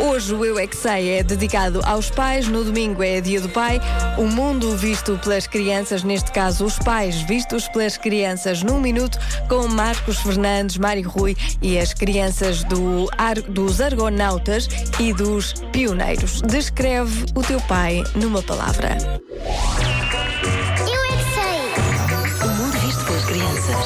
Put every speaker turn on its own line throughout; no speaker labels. Hoje o Eu É Que Sei é dedicado aos pais, no domingo é Dia do Pai, o mundo visto pelas crianças, neste caso os pais vistos pelas crianças num minuto, com Marcos Fernandes, Mário Rui e as crianças do Ar- dos Argonautas e dos Pioneiros. Descreve o teu pai numa palavra.
Eu é que sei.
O mundo visto pelas crianças.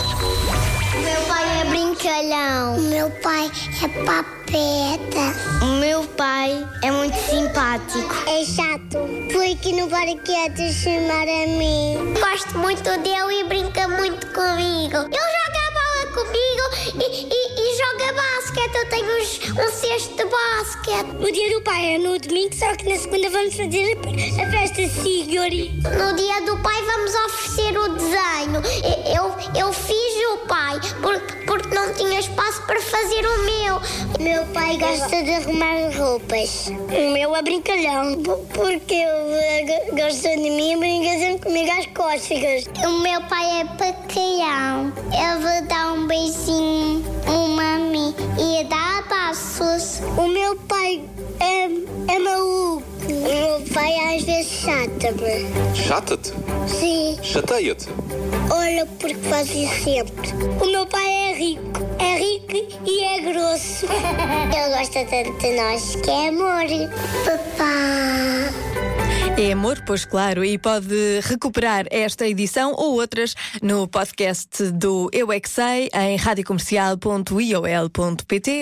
O meu pai é brincalhão. O meu pai é papeta. O meu pai é muito simpático. É chato, porque não para quieto chamar a mim. Gosto muito dele e brinca muito comigo. Ele joga a bola comigo e, e- e joga basquete. Eu tenho uns- um cesto de basquete. O dia do pai é no domingo, só que na segunda vamos fazer a festa Siguri. No dia do pai vamos oferecer o desenho. E- Eu, eu fiz o pai porque, porque não tinha espaço para fazer o meu. Meu pai gosta de arrumar roupas. O meu é brincalhão. Porque ele gosta de mim e brinca sempre comigo às cócegas. O meu pai é bacalhau. Eu vou dar um beijinho, um mami e dar abraços. O meu pai é, é maluco. O meu pai às vezes chata-me.
Chata-te?
Sim,
Chateia-te?
olha porque faz isso sempre. O meu pai é rico, é rico e é grosso. Ele gosta tanto de nós que é amor. Papá.
É amor, pois claro, e pode recuperar esta edição ou outras no podcast do Eu É Que Sei em radiocomercial.iol.pt.